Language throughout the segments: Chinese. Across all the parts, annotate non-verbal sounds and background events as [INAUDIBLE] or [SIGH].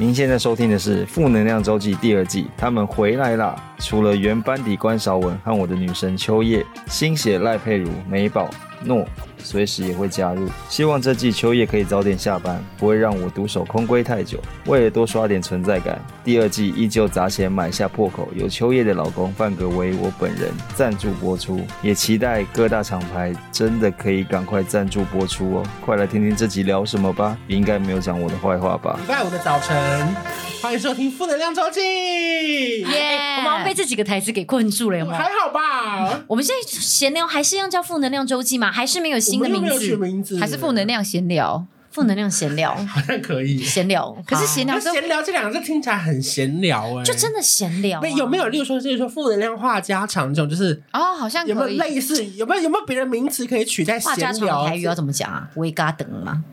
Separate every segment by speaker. Speaker 1: 您现在收听的是《负能量周记》第二季，他们回来啦！除了原班底关韶文和我的女神秋叶，新血赖佩如、美宝、诺，随时也会加入。希望这季秋叶可以早点下班，不会让我独守空闺太久。为了多刷点存在感，第二季依旧砸钱买下破口，由秋叶的老公范格为我本人赞助播出，也期待各大厂牌真的可以赶快赞助播出哦！快来听听这集聊什么吧，你应该没有讲我的坏话吧？
Speaker 2: 礼拜五的早晨，欢迎收听《负能量周
Speaker 3: [LAUGHS]
Speaker 2: 记》。
Speaker 4: 耶！
Speaker 3: 哎我们好像被这几个台词给困住了，有没有
Speaker 2: 还？好吧？
Speaker 3: 我们现在闲聊还是要叫负能量周记吗？还是没有新
Speaker 2: 我
Speaker 3: 的
Speaker 2: 们又
Speaker 3: 名
Speaker 2: 没有取
Speaker 3: 字？
Speaker 2: 名字，
Speaker 4: 还是负能量闲聊，
Speaker 3: 负能量闲聊，
Speaker 2: 好像可以。
Speaker 3: 闲聊。
Speaker 4: [LAUGHS] 可是
Speaker 3: 好
Speaker 4: 闲
Speaker 2: 那
Speaker 4: 聊是
Speaker 2: 闲聊这两个字听起来很闲聊哎，
Speaker 3: 就真的闲聊啊、
Speaker 2: 没有没有，例如说，例如说负能量话家常这种，就是
Speaker 4: 哦，好像
Speaker 2: 有没有
Speaker 4: 可以。
Speaker 2: 类似，有没有有没有别的名词可以取代
Speaker 3: 话
Speaker 2: 闲
Speaker 3: 家常
Speaker 2: 聊？
Speaker 3: 的台语要怎么讲啊？维嘎等吗？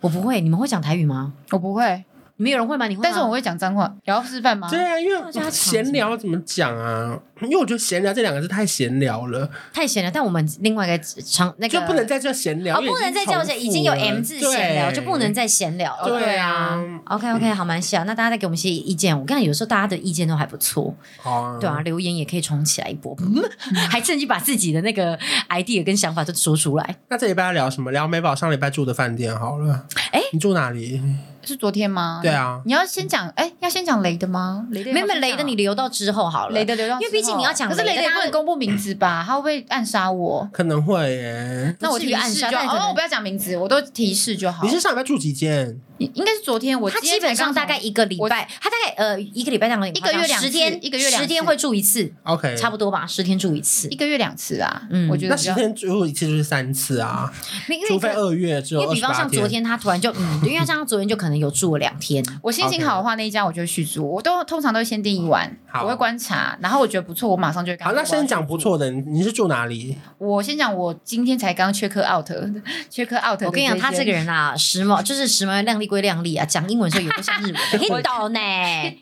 Speaker 3: 我不会，你们会讲台语吗？
Speaker 4: 我不会，
Speaker 3: 你们有人会吗？你会吗？
Speaker 4: 但是我会讲脏话。也要示范吗？
Speaker 2: 对啊，因
Speaker 3: 话
Speaker 2: 为
Speaker 3: 家常
Speaker 2: 闲聊怎么讲啊？因为我觉得闲聊这两个字太闲聊了，
Speaker 3: 太闲了。但我们另外一个常那个
Speaker 2: 就不能再叫闲聊，
Speaker 3: 哦，
Speaker 2: 因为
Speaker 3: 不能再叫这，已经有 M 字闲聊，就不能。再闲聊了。
Speaker 2: 对啊
Speaker 3: ，OK
Speaker 4: 嗯
Speaker 3: OK，好，蛮啊小。那大家再给我们一些意见。我看有时候大家的意见都还不错，
Speaker 2: 重复了
Speaker 4: 嗯
Speaker 3: 对啊，，留言也可以冲起来一波，嗯、 [LAUGHS] 还趁机把自己的那个 idea 跟想法都说出来。
Speaker 2: 那这礼拜要聊什么？聊美宝上礼拜住的饭店好了。
Speaker 3: 哎
Speaker 2: 你住哪里？
Speaker 4: 是昨天
Speaker 3: 哦
Speaker 4: 吗？
Speaker 2: 对啊
Speaker 4: 你要先讲，哎，要先讲雷的吗？雷的，
Speaker 3: 没有没有雷的，你留到之后好了。
Speaker 4: 啊雷的留到之后，
Speaker 3: 因为毕竟你要讲
Speaker 4: 可是
Speaker 3: 雷的
Speaker 4: 雷的也
Speaker 3: 大家
Speaker 4: 不能公布名字吧？他会不会暗杀我？
Speaker 2: 可能会耶。
Speaker 4: 那我
Speaker 3: 至于
Speaker 4: 提
Speaker 3: 暗
Speaker 4: 示
Speaker 3: 杀
Speaker 4: 就
Speaker 3: 但可能
Speaker 4: 好，哦，我不要讲名字，我都提示就好
Speaker 2: 你。是上礼拜住几间？
Speaker 4: 应应该是昨天，我
Speaker 3: 他
Speaker 4: 今天
Speaker 3: 基本上大
Speaker 4: 才刚
Speaker 3: 概一个礼拜，他大概呃一个礼拜这样，一
Speaker 4: 一个月两次
Speaker 3: 十天，
Speaker 4: 一个月两次嗯
Speaker 3: 十天会住一次，
Speaker 2: OK，
Speaker 3: 差不多吧，十天住一次
Speaker 4: 从一。个月两次啊。
Speaker 3: 嗯
Speaker 4: 我觉
Speaker 2: 那
Speaker 4: 得比
Speaker 2: 十
Speaker 4: 较
Speaker 2: 天住一次就是三次啊，
Speaker 3: 没因为
Speaker 2: 除非二月只
Speaker 3: 因
Speaker 2: 有
Speaker 3: 为
Speaker 2: 二
Speaker 3: 比
Speaker 2: 十
Speaker 3: 方
Speaker 2: 八
Speaker 3: 像昨天他突然就嗯，因为像他昨天就可能有住了两天，
Speaker 4: 我心情好的话，那一家我就会续租。我都通常都会先订一晚，
Speaker 2: 好
Speaker 4: 我会观察，然后我觉得不错，我马上就会跟他
Speaker 2: 好，
Speaker 4: 说
Speaker 2: 那
Speaker 4: 我要
Speaker 2: 先讲
Speaker 4: 续租
Speaker 2: 不错的，
Speaker 3: 嗯
Speaker 2: 你你是住哪里？
Speaker 4: 我先讲，我今天才刚缺课 out，缺课 out 的
Speaker 3: 我
Speaker 4: 一间。
Speaker 3: 跟你讲，他这个人啊，时髦就是时髦，靓丽归靓丽啊，讲英文的时候也不像 [LAUGHS] 日文，黑豆呢，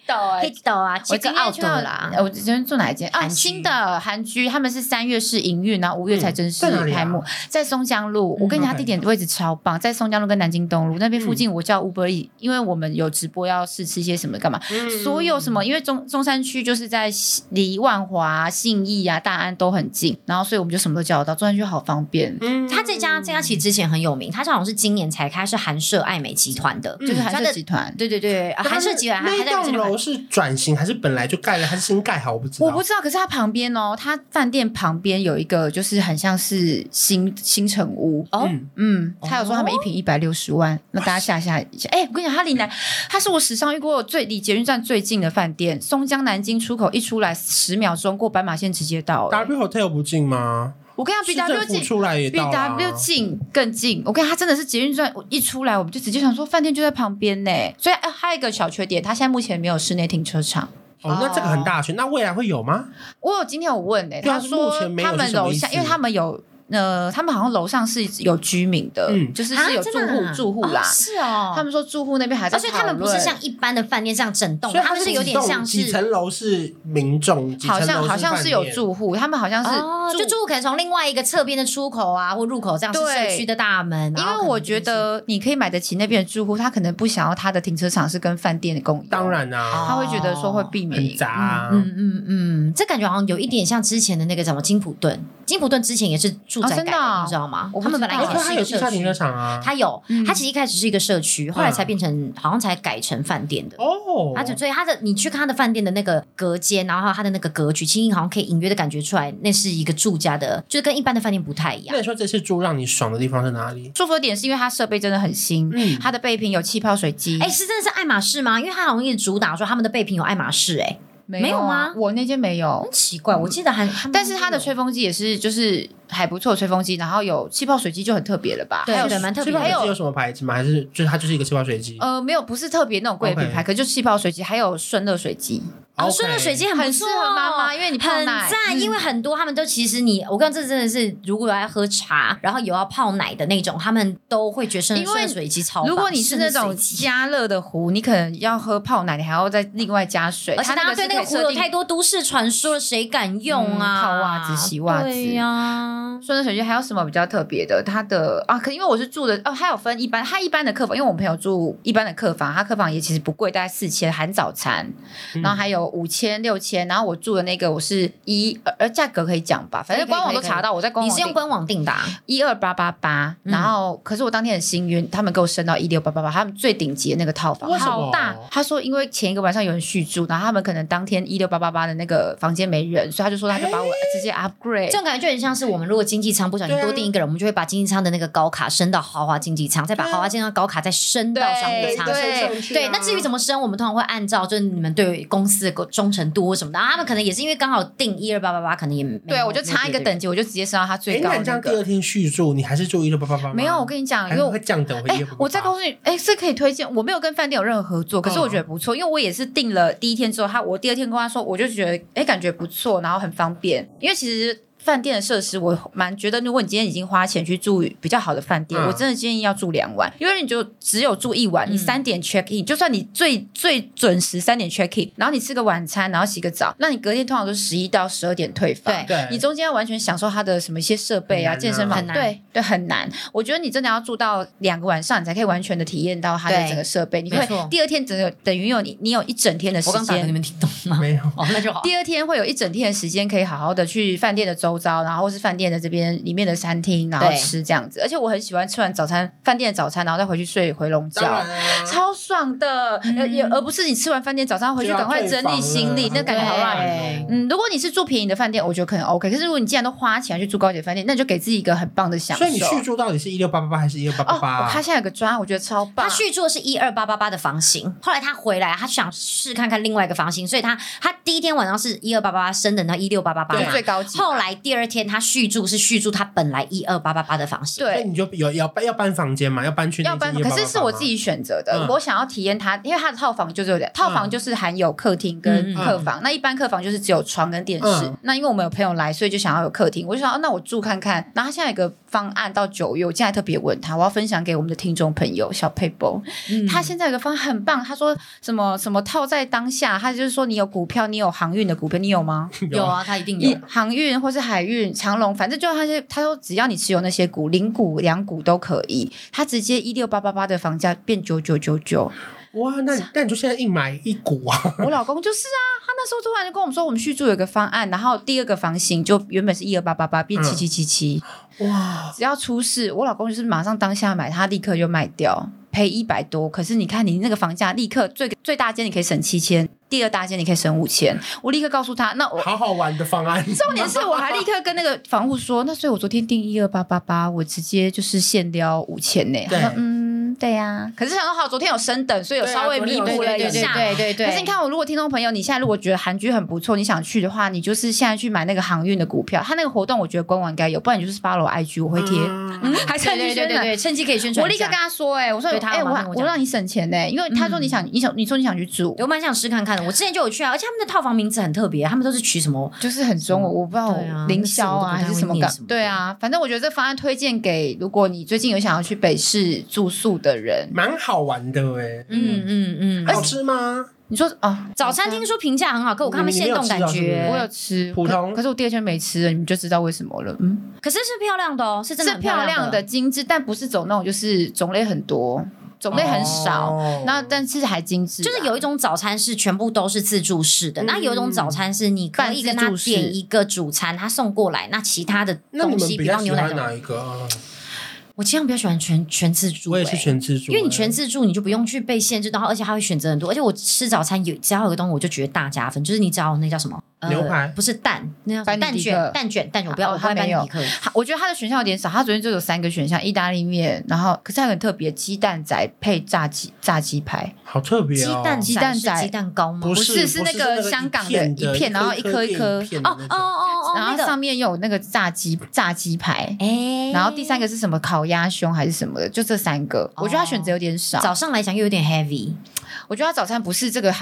Speaker 4: 抖欸
Speaker 3: 黑豆啊，
Speaker 4: 我
Speaker 3: 这个
Speaker 4: 今
Speaker 3: 奥
Speaker 4: 天去
Speaker 3: 豆
Speaker 4: 到
Speaker 3: 啦，
Speaker 4: 呃我今天住哪一间？啊，
Speaker 3: 韩居
Speaker 4: 新的韩居，他们是三月试营运，然后五
Speaker 3: 嗯
Speaker 4: 月才正式
Speaker 2: 在哪里啊
Speaker 4: 开幕，在松江路。我跟你讲，它
Speaker 2: OK
Speaker 4: 地点位置超棒，在松江路跟南京东路那边附
Speaker 3: 嗯
Speaker 4: 近。我叫 Uber E，因为我们有直播要试吃一些什么干嘛，
Speaker 3: 嗯
Speaker 4: 所有什么，因为中中山区就是在西离万华、信义啊、大安都很近，然后所以我们就什么都叫得到，中山区好方便。
Speaker 2: 嗯
Speaker 3: 他这家这家其实之前很有名，他好像是今年才开，是韩舍爱美集团的，
Speaker 4: 就是韩
Speaker 3: 它嗯
Speaker 4: 社
Speaker 3: 的
Speaker 4: 集团，
Speaker 3: 对对对，啊韩舍集团还
Speaker 2: 那
Speaker 3: 还在我
Speaker 2: 栋
Speaker 3: 们这边买
Speaker 2: 楼是转型还是本来就盖了，还是新盖好？我不知道。
Speaker 4: 我不知道，可是它旁边哦，它饭店旁边有一个，就是很像是新新城屋。
Speaker 3: 哦，
Speaker 2: 嗯
Speaker 4: 嗯，
Speaker 3: 哦
Speaker 4: 他有说他们一瓶一百六十万，那大家下下一下。哎、我跟你讲，它离南，它是我史上遇过最离捷运站最近的饭店。松江南京出口一出来，十秒钟过斑马线直接到了。
Speaker 2: W Hotel 不近吗？
Speaker 4: 我跟
Speaker 2: 市
Speaker 4: 你讲，比
Speaker 2: 政
Speaker 4: W
Speaker 2: 府
Speaker 4: 近，
Speaker 2: 出来也
Speaker 4: 比
Speaker 2: 到啊啦
Speaker 4: W 近更近。我跟他真的是捷运站我一出来，我们就直接想说饭店就在旁边呢。所以、哎还有一个小缺点，它现在目前没有室内停车场。
Speaker 2: 哦，那这个很大圈，那未来会有吗？
Speaker 4: 我有今天有问呢、欸
Speaker 2: 对啊
Speaker 4: 他说
Speaker 2: 目前没有
Speaker 4: 他
Speaker 2: 是
Speaker 4: 们楼下，
Speaker 2: 什么意思
Speaker 4: 因为他们有呃，他们好像楼上是有居民的，
Speaker 2: 嗯
Speaker 4: 就是
Speaker 3: 啊
Speaker 4: 是有
Speaker 3: 真
Speaker 4: 住
Speaker 3: 的
Speaker 4: 户、
Speaker 3: 啊
Speaker 4: 住户啦
Speaker 3: 哦。是哦，
Speaker 4: 他们说住户那边还在
Speaker 3: 而
Speaker 4: 讨
Speaker 3: 且
Speaker 4: 论，
Speaker 3: 他们不是像一般的饭店这样整栋，
Speaker 2: 所以
Speaker 3: 他们是有点像
Speaker 2: 几
Speaker 3: 是
Speaker 2: 层楼是民众，几层
Speaker 4: 好
Speaker 2: 楼
Speaker 4: 像好像
Speaker 2: 饭
Speaker 4: 是
Speaker 2: 店
Speaker 4: 有。住户，他们好像是
Speaker 3: 哦，就住户可能从另外一个侧边的出口啊或入口这样是
Speaker 4: 对
Speaker 3: 社区的大门，然
Speaker 4: 因
Speaker 3: 后
Speaker 4: 为
Speaker 3: 可能
Speaker 4: 我觉得你可以买得起那边的住户，他可能不想要他的停车场是跟饭店的共用，
Speaker 2: 当然啊，
Speaker 4: 他会觉得说会避免
Speaker 2: 很杂啊。
Speaker 3: 嗯嗯嗯，这感觉好像有一点像之前的那个什么金普顿，金普顿之前也是住宅
Speaker 4: 哦
Speaker 3: 改
Speaker 4: 真
Speaker 3: 的，
Speaker 4: 的哦
Speaker 3: 你知道吗？
Speaker 4: 我不
Speaker 3: 他们
Speaker 4: 知
Speaker 3: 本来
Speaker 4: 道
Speaker 2: 而且它
Speaker 3: 也是一
Speaker 2: 有地
Speaker 3: 个社
Speaker 2: 下停车
Speaker 3: 区，
Speaker 2: 场啊。
Speaker 3: 它有，
Speaker 4: 嗯
Speaker 3: 它其实一开始是一个社区，后来才变成好像才改成饭店的。啊
Speaker 2: 哦，
Speaker 3: 它就所以它的，你去看它的饭店的那个隔间，然后还有它的那个格局，其实你好像可以隐约的感觉出来，那是一个住家的，就是跟一般的饭店不太一样
Speaker 2: 那。你说这次住让你爽的地方是哪里？
Speaker 4: 祝福的点是因为它设备真的很新，
Speaker 2: 嗯
Speaker 4: 它的备品有气泡水机，
Speaker 3: 哎、是真的是爱马仕吗？因为它好像一直主打说他们的备品有爱马仕、哎，没有
Speaker 4: 啊
Speaker 3: 吗
Speaker 4: 我那间没有
Speaker 3: 很，奇怪，我记得还，
Speaker 4: 但是它的吹风机也是就是还不错，吹风机，然后有气泡水机就很特别了吧？
Speaker 3: 对
Speaker 4: 还有
Speaker 3: 对蛮特别
Speaker 2: 气
Speaker 3: 的
Speaker 2: 泡
Speaker 4: 还
Speaker 2: 水机有
Speaker 4: 有
Speaker 2: 什么牌子吗？还是就是它就是一个气泡水机？
Speaker 4: 呃没有不是特别那种贵的品牌，可就气泡水机，还有顺热水机，
Speaker 3: 啊
Speaker 2: OK
Speaker 3: 顺热水机很不
Speaker 4: 很适
Speaker 3: 错哦
Speaker 4: 合妈妈，因为你泡
Speaker 3: 很
Speaker 4: 奶，
Speaker 3: 赞，
Speaker 4: 嗯
Speaker 3: 因为很多他们都其实你，我跟你讲这真的是，如果有要喝茶，然后有要泡奶的那种，他们都会觉得生
Speaker 4: 因为
Speaker 3: 热水机超棒。
Speaker 4: 如果你是那种
Speaker 3: 生水机
Speaker 4: 加热的壶，你可能要喝泡奶，你还要再另外加水。
Speaker 3: 而且大家
Speaker 4: 它
Speaker 3: 对那
Speaker 4: 那
Speaker 3: 个
Speaker 4: 是
Speaker 3: 壶
Speaker 4: 可以设
Speaker 3: 有
Speaker 4: 定
Speaker 3: 太多都市传说了，谁敢用啊？
Speaker 4: 嗯泡袜子洗袜子
Speaker 3: 对呀、嗯，
Speaker 4: 顺着水区还有什么比较特别的？它的啊，可因为我是住的哦，它有分一般，它一般的客房，因为我们朋友住一般的客房，它客房也其实不贵，大概四千含早餐，
Speaker 2: 嗯
Speaker 4: 然后还有五千六千，然后我住的那个我是一呃呃价格可以讲吧，反正
Speaker 3: 可以可以
Speaker 4: 官网都
Speaker 3: 可以
Speaker 4: 查到，我在官
Speaker 3: 你
Speaker 4: 网
Speaker 3: 是用官网订的啊、
Speaker 4: 一二八八八，
Speaker 3: 嗯
Speaker 4: 然后可是我当天很幸运，他们给我升到一六八八八，他们最顶级的那个套房，
Speaker 2: 为什么
Speaker 4: 好大。他说因为前一个晚上有人续住，然后他们可能当天一六八八八的那个房间没人，所以他就说他就把我直接 upgrade，
Speaker 3: 这种感觉就很像是我们如果经济舱不小心
Speaker 2: 对啊
Speaker 3: 多订一个人，我们就会把经济舱的那个高卡升到豪华经济舱，再把
Speaker 2: 对啊
Speaker 3: 豪华经济舱高卡再升到商务
Speaker 4: 对
Speaker 3: 舱。
Speaker 4: 对
Speaker 2: 啊
Speaker 3: 对，那至于怎
Speaker 2: 么，
Speaker 3: 么升，我们通常会按照就是你们对公司的忠诚度或什么的，啊他们可能也是因为刚好定一二八八八，可能也没
Speaker 4: 对我啊就差一个，等级，我就直接升到他
Speaker 2: 哎
Speaker 4: 最，高
Speaker 2: 那
Speaker 4: 的
Speaker 2: 你这
Speaker 4: 那
Speaker 2: 样第二
Speaker 4: 个。
Speaker 2: 天续住，你还是住一六八八八吗？
Speaker 4: 没有，我跟你讲，因
Speaker 2: 还
Speaker 4: 为
Speaker 2: 是
Speaker 4: 我
Speaker 2: 会降等回
Speaker 4: 哎、
Speaker 2: 一六八八。
Speaker 4: 我再告诉你，哎、是可以推荐。我没有跟饭店有任何合作，可是我觉得不错，因为我也是订了第一天之后，他我第二天跟他说，我就觉得哎、感觉不错，然后很方便。因为其实饭店的设施，我蛮觉得，如果你今天已经花钱去住比较好的饭店，
Speaker 2: 嗯
Speaker 4: 我真的建议要住两晚，因为你就只有住一晚，
Speaker 3: 嗯
Speaker 4: 你三点 check in，、就算你最最准时三点 check in，然后你吃个晚餐，然后洗个澡，那你隔天通常都是十一到十二点退房。
Speaker 3: 对
Speaker 2: 对，
Speaker 4: 你中间要完全享受它的什么一些设备啊、
Speaker 2: 很难啊
Speaker 4: 健身房，
Speaker 3: 很难
Speaker 4: 对对很难。我觉得你真的要住到两个晚上，你才可以完全的体验到它的
Speaker 3: 对
Speaker 4: 整个设备。你
Speaker 3: 没
Speaker 4: 会
Speaker 3: 错
Speaker 4: 第二天整个等于有你你有一整天的时
Speaker 3: 我刚打给你
Speaker 4: 间。
Speaker 3: 们听懂吗？
Speaker 2: 没有，
Speaker 3: [LAUGHS] 哦，那就好。
Speaker 4: 第二天会有一整天的时间可以好好的去饭店的周遭，然后是饭店的这边里面的餐厅，然后
Speaker 3: 对
Speaker 4: 吃这样子。而且我很喜欢吃完早餐饭店的早餐，然后再回去睡回笼觉。
Speaker 2: 当然啊
Speaker 4: 超爽的，
Speaker 3: 嗯
Speaker 4: 呃也、而不是你吃完饭店早上回去
Speaker 2: 就要
Speaker 4: 赶快整理行李，
Speaker 2: 退房了
Speaker 4: 那感觉好乱。
Speaker 3: 对
Speaker 4: 嗯，如果你是住便宜的饭店，我觉得可能 OK。可是如果你既然都花钱去住高级饭店，那你就给自己一个很棒的享受。
Speaker 2: 所以你续住到底是一六八八八还是一六八
Speaker 4: 哦，
Speaker 2: 八
Speaker 4: 我看
Speaker 2: 八？
Speaker 4: 现在有个专案，我觉得超棒。
Speaker 3: 他续住的是一二八八八的房型，后来他回来，他想试看看另外一个房型，所以他他第一天晚上是一二八八八升等到一六八八八
Speaker 2: 对
Speaker 4: 是
Speaker 3: 嘛
Speaker 4: 最，高级，
Speaker 3: 后来第二天他续住是续住他本来一二八八八的房型，
Speaker 2: 那
Speaker 4: 对。
Speaker 2: 你就有要搬要搬房间嘛？要搬去那
Speaker 4: 要
Speaker 2: 间
Speaker 4: 搬，
Speaker 2: 1888
Speaker 4: 可是是我自己选择的。
Speaker 2: 嗯
Speaker 4: 我想要体验它，因为它的套房就是有点，套房就是含有客厅
Speaker 3: 嗯
Speaker 4: 跟
Speaker 3: 嗯
Speaker 4: 客房。那一般客房就是只有床跟电视。
Speaker 2: 嗯
Speaker 4: 那因为我们有朋友来，所以就想要有客厅。我就想，哦那我住看看。然后他现在有个方案到九月，我今天还特别问他，我要分享给我们的听众朋友小 paper。
Speaker 3: 嗯
Speaker 4: 他现在有个方案很棒，他说什么什么套在当下，他就是说你有股票，你有航运的股票，你有吗？
Speaker 3: 有啊，他一定
Speaker 4: 你
Speaker 3: 有。
Speaker 4: 航运或是海运、长龙，反正就他是他说只要你持有那些股，零股、两股都可以，他直接一六八八八的房价变九九九九。
Speaker 2: 哇，那你那你就现在硬买一股
Speaker 4: [LAUGHS]
Speaker 2: 啊！
Speaker 4: 我老公就是啊，他那时候突然就跟我们说，我们续住有个方案，然后第二个房型就原本是一二八八八变
Speaker 2: 嗯
Speaker 4: 七七七七，
Speaker 2: 哇，
Speaker 4: 只要出事，我老公就是马上当下买，他立刻就卖掉，赔一百多。可是你看你那个房价，立刻最最大间你可以省七千，第二大间你可以省五千。我立刻告诉他，那我
Speaker 2: 好好玩的方案。
Speaker 4: 重点是我还立刻跟那个房户说，那所以我昨天订一二八八八，我直接就是限撩五千呢。他
Speaker 2: 对
Speaker 4: 说嗯，对呀、可是想到好，昨天有升等，所以有
Speaker 2: 对啊
Speaker 4: 稍微弥
Speaker 2: 昨天
Speaker 4: 补
Speaker 2: 有
Speaker 4: 了
Speaker 2: 升
Speaker 4: 一
Speaker 2: 等
Speaker 4: 下。
Speaker 3: 对对对
Speaker 4: 可是你，看，我如果听众朋友，你现在如果觉得韩剧很不错，你想去的话，你就是现在去买那个航运的股票，它那个活动我觉得官网应该有，不然你就是 follow IG，我会贴，
Speaker 2: 嗯
Speaker 4: 还
Speaker 3: 对
Speaker 4: 趁
Speaker 3: 对对
Speaker 4: 机宣
Speaker 3: 对
Speaker 4: 传。
Speaker 3: 对，趁机可以宣传。
Speaker 4: 我立刻跟，他说、哎，我说，
Speaker 3: 对他
Speaker 4: 哎、
Speaker 3: 有
Speaker 4: 我
Speaker 3: 麻烦跟我
Speaker 4: 我
Speaker 3: 讲
Speaker 4: 让你省钱呢、因为他说你想，你想，你说你想去住，
Speaker 3: 我蛮想试看看的。我之前就有去啊，而且他们的套房名字很特别，他们都是取什么？
Speaker 4: 就是很中文，我不知道
Speaker 3: 对啊
Speaker 4: 凌霄啊
Speaker 3: 那是我都
Speaker 4: 还
Speaker 3: 不太
Speaker 4: 是什么
Speaker 3: 会念
Speaker 4: 感
Speaker 3: 什么，的
Speaker 4: 对啊，反正我觉得这方案推荐给如果你最近有想要去北市住宿的人，
Speaker 2: 蛮好玩的哎。
Speaker 3: 嗯嗯嗯。
Speaker 2: 好吃吗？
Speaker 4: 你说哦，
Speaker 3: 早餐听说评价很好，可我看他们
Speaker 2: 你你
Speaker 3: 现
Speaker 2: 没有
Speaker 3: 动感
Speaker 2: 吃到是不
Speaker 3: 觉，
Speaker 2: 是
Speaker 4: 我有
Speaker 3: 哎
Speaker 4: 吃
Speaker 2: 普通
Speaker 4: 可可是我第二天没吃了，你们就知道为什么了，嗯，
Speaker 3: 可是是漂亮的哦，是真的
Speaker 4: 是
Speaker 3: 很
Speaker 4: 漂亮的
Speaker 3: 的。
Speaker 4: 精致，但不是走那种就是种类很多，种类很少，
Speaker 2: 哦
Speaker 4: 那但是还精致啊，
Speaker 3: 就是有一种早餐是全部都是自助式的，
Speaker 2: 嗯
Speaker 3: 那有一种早餐是你可以跟他
Speaker 4: 半自助式
Speaker 3: 点一个主餐，他送过来，那其他的
Speaker 2: 那你
Speaker 3: 东
Speaker 2: 们
Speaker 3: 西，
Speaker 2: 比
Speaker 3: 比
Speaker 2: 较
Speaker 3: 方
Speaker 2: 喜
Speaker 3: 牛奶
Speaker 2: 欢
Speaker 3: 什
Speaker 2: 哪
Speaker 3: 么，
Speaker 2: 一个？啊
Speaker 3: 我尽量比较喜欢全全自助、
Speaker 2: 我也是
Speaker 3: 欸
Speaker 2: 全自助，
Speaker 3: 因为你全
Speaker 2: 哎
Speaker 3: 自助，你就不用去被限制到，而且他会选择很多。而且我吃早餐有只要有个东西，我就觉得大加分，就是你只要有那叫什么、呃
Speaker 2: 牛排
Speaker 3: 不是蛋，那叫什么
Speaker 4: 班尼
Speaker 3: 蛋
Speaker 4: 迪克
Speaker 3: 卷，蛋卷，蛋卷，我不要，
Speaker 4: 哦
Speaker 3: 我不爱
Speaker 4: 他
Speaker 3: 班
Speaker 4: 没
Speaker 3: 尼
Speaker 4: 有
Speaker 3: 迪克。
Speaker 4: 它我觉得它的选项有点少，它昨天就有三个选项：意大利面，然后可是它很特别，鸡蛋仔配炸鸡炸鸡排，
Speaker 2: 好特别
Speaker 3: 鸡
Speaker 2: 哦。
Speaker 3: 蛋
Speaker 4: 鸡蛋
Speaker 3: 仔
Speaker 4: 仔
Speaker 3: 是鸡蛋糕吗？
Speaker 2: 不
Speaker 4: 不是
Speaker 2: 是
Speaker 4: 是
Speaker 2: 不
Speaker 4: 那个
Speaker 2: 一
Speaker 4: 香港的
Speaker 2: 片
Speaker 4: 一片然后一颗一颗
Speaker 2: 片的
Speaker 3: 哦
Speaker 2: 那
Speaker 3: 哦
Speaker 2: 种
Speaker 3: 哦哦，
Speaker 4: 然后
Speaker 3: 那个
Speaker 4: 上面有那个炸鸡炸鸡排，
Speaker 3: 哎，
Speaker 4: 然后第三个是什么烤鸭胸还是什么的，就这三个，我觉得它选择有点少。
Speaker 3: 哦早上来讲又有点 heavy，
Speaker 4: 我觉得它早餐不是这个，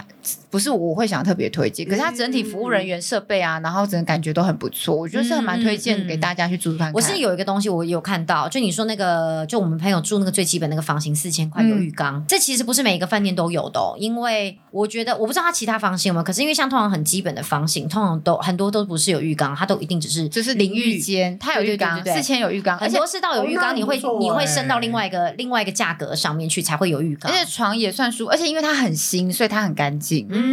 Speaker 4: 不是我会想特别推荐，可是它整体服务人
Speaker 3: 嗯
Speaker 4: 员设备啊，然后整个感觉都很不错，我觉得是很蛮推荐给大家去住住看看。
Speaker 3: 嗯我是有一个东西，我有看到，就你说那个，就我们朋友住那个最基本那个房型四千块
Speaker 4: 嗯
Speaker 3: 有浴缸，这其实不是每一个饭店都有的、哦，因为我觉得我不知道它其他房型有没有，可是因为像通常很基本的房型，通常都很多都不是有浴缸，它都一定只是
Speaker 4: 就是淋浴间，它有浴缸，
Speaker 3: 对对对对
Speaker 4: 四千有浴缸，而
Speaker 3: 很
Speaker 4: 且
Speaker 3: 多是到有浴
Speaker 2: 哦那
Speaker 3: 缸，你会
Speaker 2: 不错
Speaker 3: 你会
Speaker 2: 欸
Speaker 3: 升到另外一个另外一个价格上面去才会有浴缸
Speaker 4: 而。且床也算舒服，而且因为它很新，所以它很干净。
Speaker 3: 嗯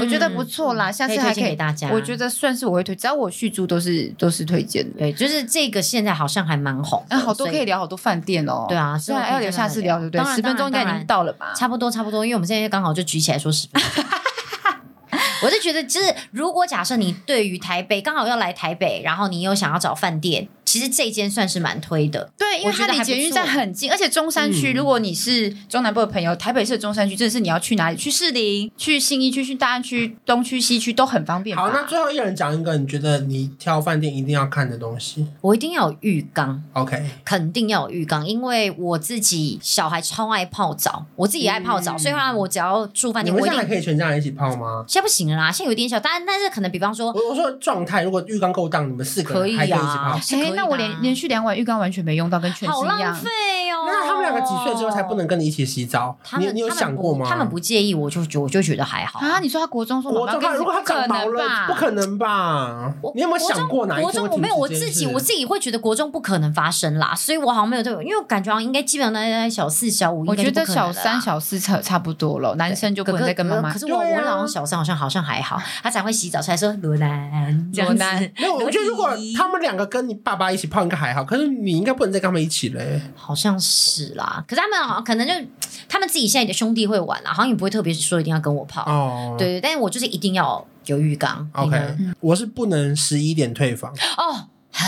Speaker 4: 我觉得不错啦，下次
Speaker 3: 推
Speaker 4: 还
Speaker 3: 荐给大家。
Speaker 4: 我觉得算是我会推，只要我续租都是都是推荐的。
Speaker 3: 对，就是这个现在好像还蛮红的，
Speaker 4: 哎，好
Speaker 3: 所
Speaker 4: 多可以聊好多饭店哦。
Speaker 3: 对啊
Speaker 4: 虽
Speaker 3: 所以我
Speaker 4: 然
Speaker 3: 可以
Speaker 4: 要留
Speaker 3: 跟他
Speaker 4: 下
Speaker 3: 们
Speaker 4: 次
Speaker 3: 聊
Speaker 4: 聊，对不对？
Speaker 3: 当然
Speaker 4: 十分钟应该已
Speaker 3: 当然
Speaker 4: 经到了吧？
Speaker 3: 差不多，差不多，因为我们现在刚好就举起来说十
Speaker 2: [LAUGHS]
Speaker 3: 分钟。我是觉得，就是如果假设你对于台北刚好要来台北，然后你又想要找饭店，其实这间算是蛮推的。
Speaker 4: 对，因为
Speaker 3: 我觉
Speaker 4: 它
Speaker 3: 得
Speaker 4: 离
Speaker 3: 还不
Speaker 4: 捷运
Speaker 3: 错
Speaker 4: 站很近，而且中山区，
Speaker 2: 嗯
Speaker 4: 如果你是中南部的朋友，台北市的中山区，真的是你要去哪里？去士林、去信义区、去大安区、东区、西区都很方便吧。
Speaker 2: 好，那最后一人讲一个你觉得你挑饭店一定要看的东西。
Speaker 3: 我一定要有浴缸，
Speaker 2: OK，
Speaker 3: 肯定要有浴缸，因为我自己小孩超爱泡澡，我自己也爱泡澡，
Speaker 2: 嗯
Speaker 3: 所以话我只要住饭
Speaker 2: 你
Speaker 3: 店，
Speaker 2: 们
Speaker 3: 我一
Speaker 2: 现
Speaker 3: 定
Speaker 2: 在还可以全家人一起泡吗？
Speaker 3: 现在不行了啦，现在有点小，但但是可能比方说
Speaker 2: 我我说状态，如果浴缸够大，你们四个
Speaker 3: 可以
Speaker 2: 人还可以一起
Speaker 3: 啊，
Speaker 2: 泡。
Speaker 3: 是可以
Speaker 4: 哎，
Speaker 3: 的
Speaker 4: 那我连连续两晚浴缸完全没用到，跟全
Speaker 3: 好
Speaker 4: 新
Speaker 2: 啊
Speaker 4: 一
Speaker 3: 浪
Speaker 4: 样。
Speaker 3: 费哦。
Speaker 2: 那他们两个几岁之后才不能跟你一起洗澡？
Speaker 3: 他
Speaker 2: 你
Speaker 3: 们
Speaker 2: 你有
Speaker 3: 他们
Speaker 2: 想
Speaker 3: 不
Speaker 2: 过吗？
Speaker 3: 他们不介意，我就觉我就觉得还好
Speaker 4: 啊！。你说他国中说妈
Speaker 2: 国中
Speaker 4: 妈跟
Speaker 2: 他
Speaker 4: 你
Speaker 2: 如果他
Speaker 4: 不可
Speaker 2: 长毛
Speaker 4: 能
Speaker 2: 了，
Speaker 4: 吧？
Speaker 2: 不可能吧
Speaker 3: 我？
Speaker 2: 你有没有
Speaker 3: 国
Speaker 2: 想
Speaker 3: 中
Speaker 2: 过哪一
Speaker 3: 国
Speaker 2: 天
Speaker 3: 中
Speaker 2: 会
Speaker 3: 我没有，我
Speaker 2: 停止
Speaker 3: 自
Speaker 2: 这件
Speaker 3: 己
Speaker 2: 事
Speaker 3: 我自己会觉得国中不可能发生啦，所以我好像没有这种，因为我感觉好像应该基本上大家小四小五，
Speaker 4: 我觉
Speaker 3: 应该就不
Speaker 4: 得
Speaker 3: 可能
Speaker 4: 小
Speaker 3: 了啦
Speaker 4: 三、小四差差不多了，男生就不
Speaker 3: 哥
Speaker 4: 能
Speaker 3: 哥
Speaker 4: 再跟妈妈
Speaker 3: 可。是我
Speaker 2: 对啊
Speaker 3: 我老公小三好像好像还好，他才会洗澡才说罗兰这样
Speaker 4: 罗兰
Speaker 3: 子，
Speaker 2: 没有，我觉得如果他们两个跟你爸爸一起泡应该还好，可是你应该不能再跟他们一起嘞、
Speaker 3: 好像是啦。可是他们好像可能就他们自己现在的兄弟会玩啦，好像也不会特别说一定要跟我泡。
Speaker 2: 哦，
Speaker 3: 对对，但是我就是一定要有浴缸。你
Speaker 2: ，OK，、
Speaker 3: 呢
Speaker 2: 我是不能十一点退
Speaker 3: [LAUGHS]
Speaker 2: 房，
Speaker 3: 哦，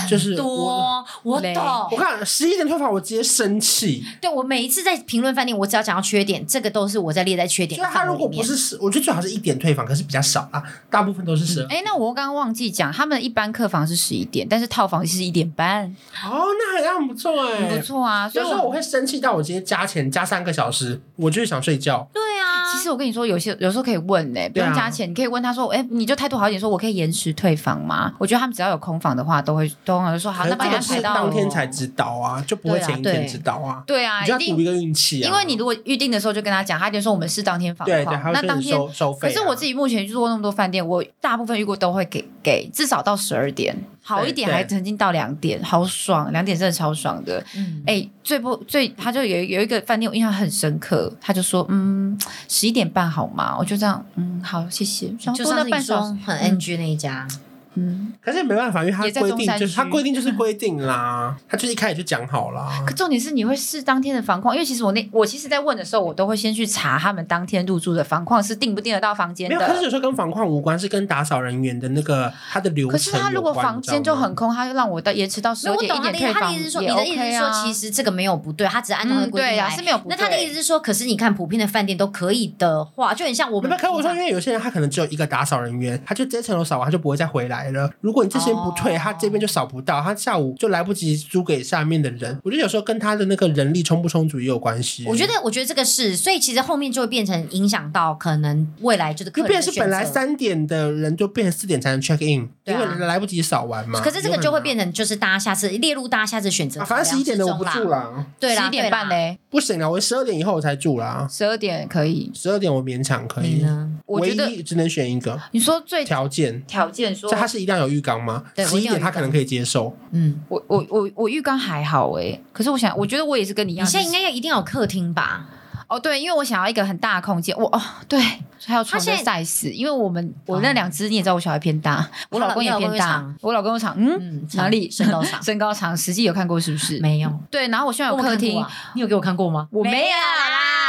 Speaker 2: 就是我。
Speaker 3: 多我
Speaker 4: 累
Speaker 2: 我
Speaker 3: 懂。
Speaker 2: 看十一点退房，我直接生气。
Speaker 3: 对我每一次在评论饭店，我只要讲到缺点，这个都是我在列在缺点
Speaker 2: 就
Speaker 3: 的
Speaker 2: 是他
Speaker 3: 范围
Speaker 2: 如
Speaker 3: 里
Speaker 2: 果不
Speaker 3: 面。
Speaker 2: 是十，我觉得最好是一点退房，可是比较少啦，大部分都是十二。
Speaker 4: 哎，那我刚刚忘记讲，他们一般客房是十一点，但是套房是一点半，
Speaker 2: 哦，那好像很不错哎、
Speaker 4: 很不。错啊。所
Speaker 2: 有
Speaker 4: 以
Speaker 2: 时候我会生气到我直接加钱加三个小时，我就是想睡觉。
Speaker 3: 对啊，
Speaker 4: 其实我跟你说，有些有时候可以问欸呢、不
Speaker 2: 对啊
Speaker 4: 用加钱，你可以问他说，哎、你就态度好一点，说我可以延迟退房吗？我觉得他们只要有空房的话，都会通常就说好，那
Speaker 2: 可
Speaker 4: 帮
Speaker 2: 是
Speaker 4: 你
Speaker 2: 哎这个
Speaker 4: 安排
Speaker 2: 是
Speaker 4: 到。
Speaker 2: 当天才知道啊，就不会
Speaker 3: 对啊
Speaker 2: 前一天
Speaker 3: 对
Speaker 2: 知道啊。
Speaker 4: 对啊，
Speaker 2: 你
Speaker 4: 一
Speaker 2: 就要赌一
Speaker 4: 定，
Speaker 2: 个运气啊。
Speaker 4: 因为你如果预定的时候就跟他讲，他一定说我们是当天房
Speaker 2: 对
Speaker 4: 况
Speaker 2: 对，还
Speaker 4: 那
Speaker 2: 会
Speaker 4: 当
Speaker 2: 跟你
Speaker 4: 天。
Speaker 2: 收收费、
Speaker 4: 可
Speaker 2: 啊。
Speaker 4: 是我自己目前去过那么多饭店，我大部分遇过都会给给至少到十二点，好一点
Speaker 2: 对对
Speaker 4: 还曾经到两点，好爽，两点真的超爽的。
Speaker 3: 嗯，
Speaker 4: 哎、最不最，他就有一有一个饭店，我印象很深刻，他就说，嗯，十一点半好吗？我就这样，嗯，好，谢谢。想
Speaker 3: 就
Speaker 4: 说那
Speaker 3: 上次
Speaker 4: 半
Speaker 3: 你说
Speaker 4: 小时，
Speaker 3: 很 NG 那一家，
Speaker 4: 嗯，
Speaker 2: 可是没办法，因为它
Speaker 4: 也在
Speaker 2: 规
Speaker 4: 中
Speaker 2: 定
Speaker 4: 山
Speaker 2: 就是它
Speaker 4: 区
Speaker 2: 规定
Speaker 4: [LAUGHS]
Speaker 2: 就是规定啦，它就是一开始就讲好啦
Speaker 4: 可。重点是你会试当天的房况，因为其实我那我其实，在问的时候，我都会先去查他们当天入住的房况是订不订得到房间
Speaker 2: 没有，可是
Speaker 4: 的。
Speaker 2: 有时候跟房况无关，是跟打扫人员的那个他的流程
Speaker 4: 可是他如果
Speaker 2: 有关
Speaker 4: 房间就很，空，他就让我到延迟到十
Speaker 3: 所以
Speaker 4: 二
Speaker 3: 我
Speaker 4: 点
Speaker 3: 懂
Speaker 4: 一
Speaker 3: 他
Speaker 4: 点
Speaker 3: 的意思，
Speaker 4: 退
Speaker 3: 他的
Speaker 4: 房
Speaker 3: 意思是说，你的意思是
Speaker 4: 也 OK
Speaker 3: 说，
Speaker 4: 啊。
Speaker 3: 其实这个没有不对，他只按照他的
Speaker 4: 嗯，
Speaker 3: 规定
Speaker 4: 对呀、
Speaker 3: 来
Speaker 4: 是。没有不
Speaker 3: 那
Speaker 4: 对。
Speaker 3: 他的意思是说，可是你看普遍的饭店都可以的话，就很像我
Speaker 2: 你
Speaker 3: 们
Speaker 2: 们
Speaker 3: 平
Speaker 2: 可
Speaker 3: 常。
Speaker 2: 是我说，因为有些人他可能只有一个打扫人员，他就这层楼扫完他就不会再回来了。如果你这边不退，
Speaker 3: 哦
Speaker 2: 他这边就扫不到，他下午就来不及租给下面的人。我觉得有时候跟他的那个人力充不充足也有关系。
Speaker 3: 我觉得，我觉得这个是，所以其实后面就会变成影响到可能未来就是客
Speaker 2: 就
Speaker 3: 人
Speaker 2: 变
Speaker 3: 的
Speaker 2: 成
Speaker 3: 选
Speaker 2: 是
Speaker 3: 择。
Speaker 2: 本来三点的人就变成四点才能 check in，、
Speaker 3: 对
Speaker 2: 因
Speaker 3: 啊
Speaker 2: 为来不及扫完嘛。
Speaker 3: 可是这个就会变
Speaker 2: 有啊
Speaker 3: 成就是大家下次列入大家下次选择、
Speaker 2: 可能啊，反正十一点的我不住
Speaker 3: 了，
Speaker 2: 了。
Speaker 3: 对啦，
Speaker 4: 十一点半
Speaker 3: 对啦。
Speaker 4: 嘞，
Speaker 2: 不行啊，我十二点以后我才住啦，
Speaker 4: 十二点可以。
Speaker 2: 十二点我勉强可
Speaker 3: 你
Speaker 2: 以。
Speaker 3: 嗯呢？
Speaker 4: 我
Speaker 2: 唯
Speaker 4: 觉得
Speaker 2: 一只能选一个
Speaker 4: 你说最
Speaker 2: 条件，
Speaker 4: 条件说
Speaker 2: 就他是一定要有浴缸吗？
Speaker 3: 对我
Speaker 2: 十
Speaker 3: 一
Speaker 2: 一
Speaker 3: 定要有
Speaker 2: 点
Speaker 3: 浴
Speaker 2: 他可
Speaker 3: 缸
Speaker 2: 能可以接受，
Speaker 3: 嗯，
Speaker 4: 我我我我浴缸还好哎、可是我想，我觉得我也是跟你一
Speaker 3: 你
Speaker 4: 样，
Speaker 3: 现在
Speaker 4: 就
Speaker 3: 应
Speaker 4: 是
Speaker 3: 该要一定要有客厅吧？
Speaker 4: 哦对，因为我想要一个很大的空间，我哦对，还有床
Speaker 3: 他
Speaker 4: 的
Speaker 3: 现在哦
Speaker 4: size，因为我们我那两只你也知道，我小孩偏大，我老公也偏
Speaker 3: 你老公
Speaker 4: 大
Speaker 3: 也长，
Speaker 4: 我老公又长，嗯，
Speaker 3: 嗯，
Speaker 4: 哪里
Speaker 3: 身高
Speaker 4: [LAUGHS]
Speaker 3: 长
Speaker 4: 身高长，实际有看过是不是？
Speaker 3: 没有？
Speaker 4: [LAUGHS] 对，然后我希望
Speaker 3: 我有
Speaker 4: 有客
Speaker 3: 看
Speaker 4: 厅
Speaker 3: 过，啊，你有给我看过吗？
Speaker 4: 我没有
Speaker 3: 啦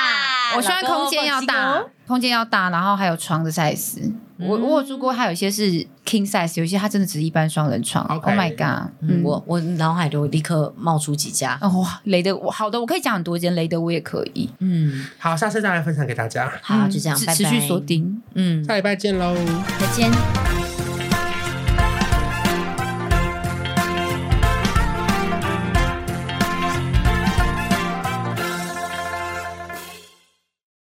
Speaker 4: 我希望空间要大，空间要大，然后还有床的 size。我
Speaker 3: 嗯
Speaker 4: 我有住过，它有些是 king size，有些它真的只是一般双人床。
Speaker 2: OK
Speaker 4: Oh my god！
Speaker 3: 嗯，我我脑海就立刻冒出几家。
Speaker 4: 哦哇，雷的我好的，我可以讲很多间，雷的我也可以。
Speaker 3: 嗯，
Speaker 2: 好，下次再来分享给大家，
Speaker 3: 好，
Speaker 4: 嗯
Speaker 3: 就这样，
Speaker 4: 持
Speaker 3: 拜拜。
Speaker 4: 持续锁定。
Speaker 3: 嗯，
Speaker 2: 下礼拜见喽。
Speaker 3: 再见。